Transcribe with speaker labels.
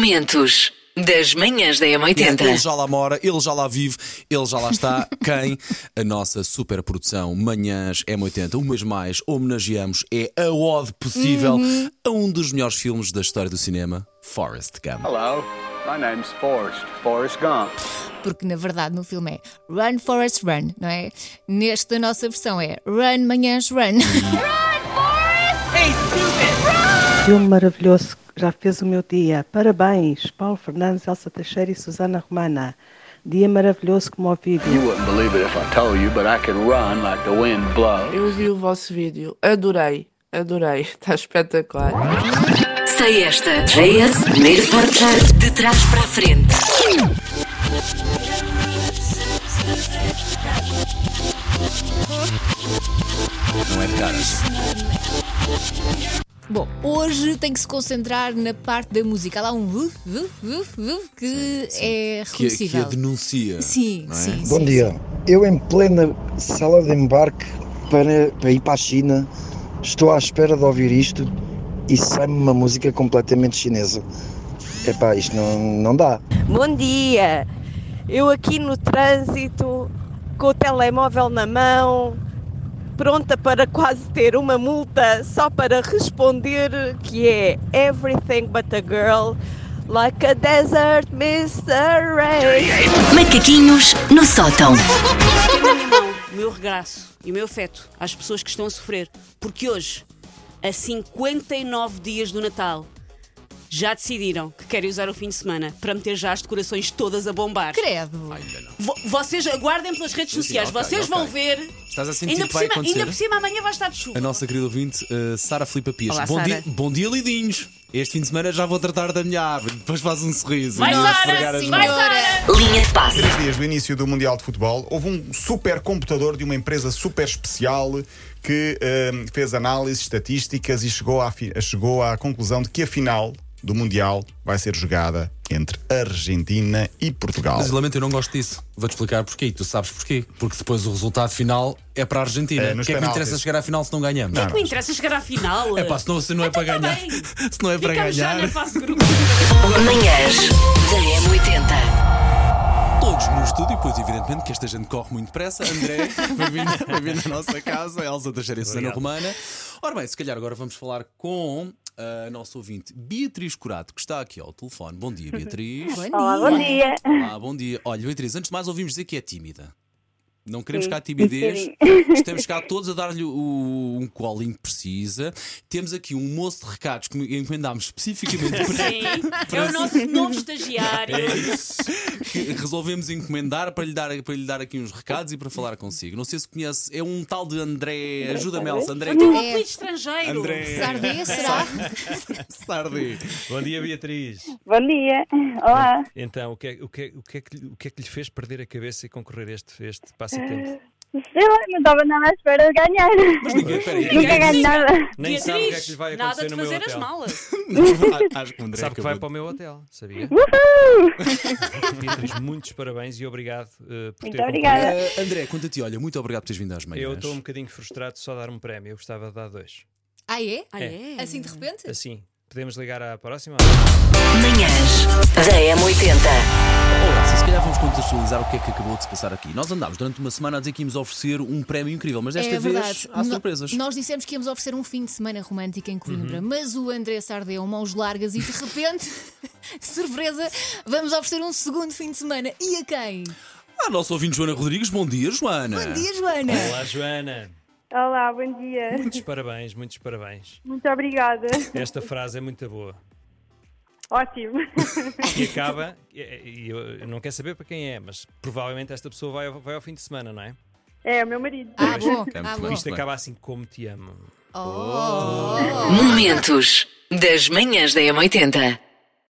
Speaker 1: Momentos das manhãs da
Speaker 2: é Ele
Speaker 1: M80.
Speaker 2: já lá mora, ele já lá vive, ele já lá está. Quem? A nossa super produção Manhãs M80, umas mais, homenageamos, é a ode possível a um dos melhores filmes da história do cinema, Forrest Gump.
Speaker 3: Hello, my name's Forrest, Forrest Gump.
Speaker 4: Porque na verdade no filme é Run Forest Run, não é? Nesta nossa versão é Run Manhãs Run.
Speaker 5: Filme maravilhoso, que já fez o meu dia. Parabéns, Paulo Fernandes, Elsa Teixeira e Susana Romana. Dia maravilhoso como o vídeo.
Speaker 3: You wouldn't believe it if I told you, but I can run like the wind blows.
Speaker 6: Eu vi o vosso vídeo, adorei, adorei, está espetacular.
Speaker 1: Sei esta. JS, primeiro forte de trás para a frente.
Speaker 2: Não é de caras.
Speaker 4: Bom, hoje tem que se concentrar na parte da música. Há lá um uh, uh, uh, uh, que
Speaker 2: Que, que
Speaker 4: é
Speaker 2: a
Speaker 4: reconhecível.
Speaker 2: denuncia.
Speaker 4: Sim,
Speaker 2: não é?
Speaker 4: sim,
Speaker 7: Bom
Speaker 4: sim.
Speaker 7: dia. Eu em plena sala de embarque para, para ir para a China, estou à espera de ouvir isto e sai-me uma música completamente chinesa. Epá, isto não, não dá.
Speaker 8: Bom dia! Eu aqui no trânsito, com o telemóvel na mão, pronta para quase ter uma multa só para responder que é Everything But a Girl, Like a Desert Mr. Ray.
Speaker 1: Macaquinhos no sótão.
Speaker 9: o meu regraço e o meu afeto às pessoas que estão a sofrer. Porque hoje, a 59 dias do Natal, já decidiram que querem usar o fim de semana para meter já as decorações todas a bombar.
Speaker 4: Credo.
Speaker 9: Vo- Vocês aguardem pelas redes
Speaker 2: Sim,
Speaker 9: sociais,
Speaker 2: ok,
Speaker 9: vocês
Speaker 2: ok.
Speaker 9: vão ver.
Speaker 2: Estás a sentir
Speaker 9: Ainda
Speaker 2: que
Speaker 9: por,
Speaker 2: vai
Speaker 9: cima,
Speaker 2: acontecer?
Speaker 9: ainda por cima, amanhã vai estar de chuva.
Speaker 2: A nossa querida ouvinte, eh, Sara Filipe Pias.
Speaker 9: Olá,
Speaker 2: bom,
Speaker 9: Sara.
Speaker 2: dia, bom dia, Lidinhos. Este fim de semana já vou tratar da minha árvore. Depois faz um sorriso. e
Speaker 9: Vai,
Speaker 2: esfregar
Speaker 9: Sara!
Speaker 2: as
Speaker 9: sim,
Speaker 2: mãos.
Speaker 9: Vai, Sara!
Speaker 1: Linha de passe.
Speaker 10: Três dias do início do Mundial de Futebol, houve um supercomputador de uma empresa super especial que hum, fez análises estatísticas e chegou à, fi- chegou à conclusão de que a final do Mundial vai ser jogada entre Argentina e Portugal.
Speaker 2: Mas lamento, eu não gosto disso. Vou-te explicar porquê. E tu sabes porquê. Porque depois o resultado final é para a Argentina.
Speaker 10: É,
Speaker 2: o
Speaker 10: nos
Speaker 2: que é que me
Speaker 10: penaltis.
Speaker 2: interessa chegar à final se não ganhamos?
Speaker 9: O que é que me interessa chegar à final?
Speaker 2: É pá, se não, se não é
Speaker 9: Então
Speaker 2: para
Speaker 9: tá
Speaker 2: ganhar.
Speaker 9: bem.
Speaker 2: Se não é para
Speaker 9: Ficamos já
Speaker 2: ganhar.
Speaker 9: na fase de grupos.
Speaker 1: Manhãs da M80.
Speaker 2: Todos no estúdio, pois evidentemente que esta gente corre muito depressa. André, bem-vindo bem-vindo à nossa casa. Elsa da Gerência Romana. Ora bem, se calhar agora vamos falar com a nossa ouvinte Beatriz Curato, que está aqui ao telefone. Bom dia, Beatriz.
Speaker 4: Bom dia.
Speaker 2: Olá, bom dia. Olha, Beatriz, antes de mais ouvimos dizer que é tímida. Não queremos cá timidez. Estamos cá todos a dar-lhe o- um colinho que precisa. Temos aqui um moço de recados que encomendámos especificamente para É
Speaker 9: Sim, é o nosso novo estagiário.
Speaker 2: que resolvemos encomendar para lhe, dar, para lhe dar aqui uns recados e para falar consigo. Não sei se conhece, é um tal de André. Ajuda-me, Elsa. André.
Speaker 9: Tem um
Speaker 4: É.
Speaker 9: apelido estrangeiro.
Speaker 2: André
Speaker 4: Sardê, será?
Speaker 2: Sardi.
Speaker 11: Bom dia, Beatriz.
Speaker 8: Bom dia! Olá!
Speaker 11: Então, o que, é, o, que é, o, que é que, lhe- o que é que lhe fez perder a cabeça e concorrer a este, este passatempo?
Speaker 8: Sei lá, não estava nada à espera de ganhar.
Speaker 2: Mas ninguém, peraí,
Speaker 9: Nunca
Speaker 2: ninguém-
Speaker 9: ganho
Speaker 8: nada.
Speaker 11: Nem sabe o que é que lhe vai
Speaker 9: Beatriz, nada
Speaker 11: acontecer
Speaker 9: de
Speaker 11: no meu
Speaker 9: fazer as
Speaker 11: hotel.
Speaker 9: malas.
Speaker 2: Acho que o André
Speaker 11: Sabe que
Speaker 2: acabou
Speaker 11: vai
Speaker 2: de-
Speaker 11: para o meu hotel, sabia? Beatriz, muitos parabéns e obrigado eh, por ter concorrido.
Speaker 2: Ah, André, conta-te, olha, muito obrigado por teres vindo às manhãs.
Speaker 11: Eu estou um bocadinho frustrado de só dar um prémio, eu gostava de dar dois.
Speaker 4: Ah, é?
Speaker 9: Ah, é?
Speaker 4: Assim de repente?
Speaker 11: Assim, podemos ligar à próxima?
Speaker 1: Manhãs da M80.
Speaker 2: Olá, se calhar vamos contextualizar o que é que acabou de se passar aqui. Nós andámos durante uma semana a dizer que íamos oferecer um prémio incrível, mas desta
Speaker 4: é
Speaker 2: vez
Speaker 4: verdade.
Speaker 2: há
Speaker 4: No-
Speaker 2: surpresas. Uhum.
Speaker 4: Nós dissemos que íamos oferecer um fim de semana romântico em Coimbra, mas o André Sardeu, mãos largas, e de repente, surpresa, vamos oferecer um segundo fim de semana. E a quem?
Speaker 2: Ah, nosso ouvinte Joana Rodrigues, bom dia, Joana.
Speaker 4: Bom dia, Joana.
Speaker 11: Olá, Joana.
Speaker 8: Olá, bom dia!
Speaker 11: Muitos parabéns, muitos parabéns.
Speaker 8: Muito obrigada!
Speaker 11: Esta frase é muito boa.
Speaker 8: Ótimo!
Speaker 11: E acaba, e- e eu eu não quero saber para quem é, mas provavelmente esta pessoa vai, ao- vai ao fim de semana, não é?
Speaker 8: É o meu marido.
Speaker 4: Ah, bom,
Speaker 2: É muito
Speaker 4: ah,
Speaker 2: bem.
Speaker 4: bom.
Speaker 11: Isto acaba assim, como te amo.
Speaker 4: Oh.
Speaker 1: Momentos das manhãs da M80.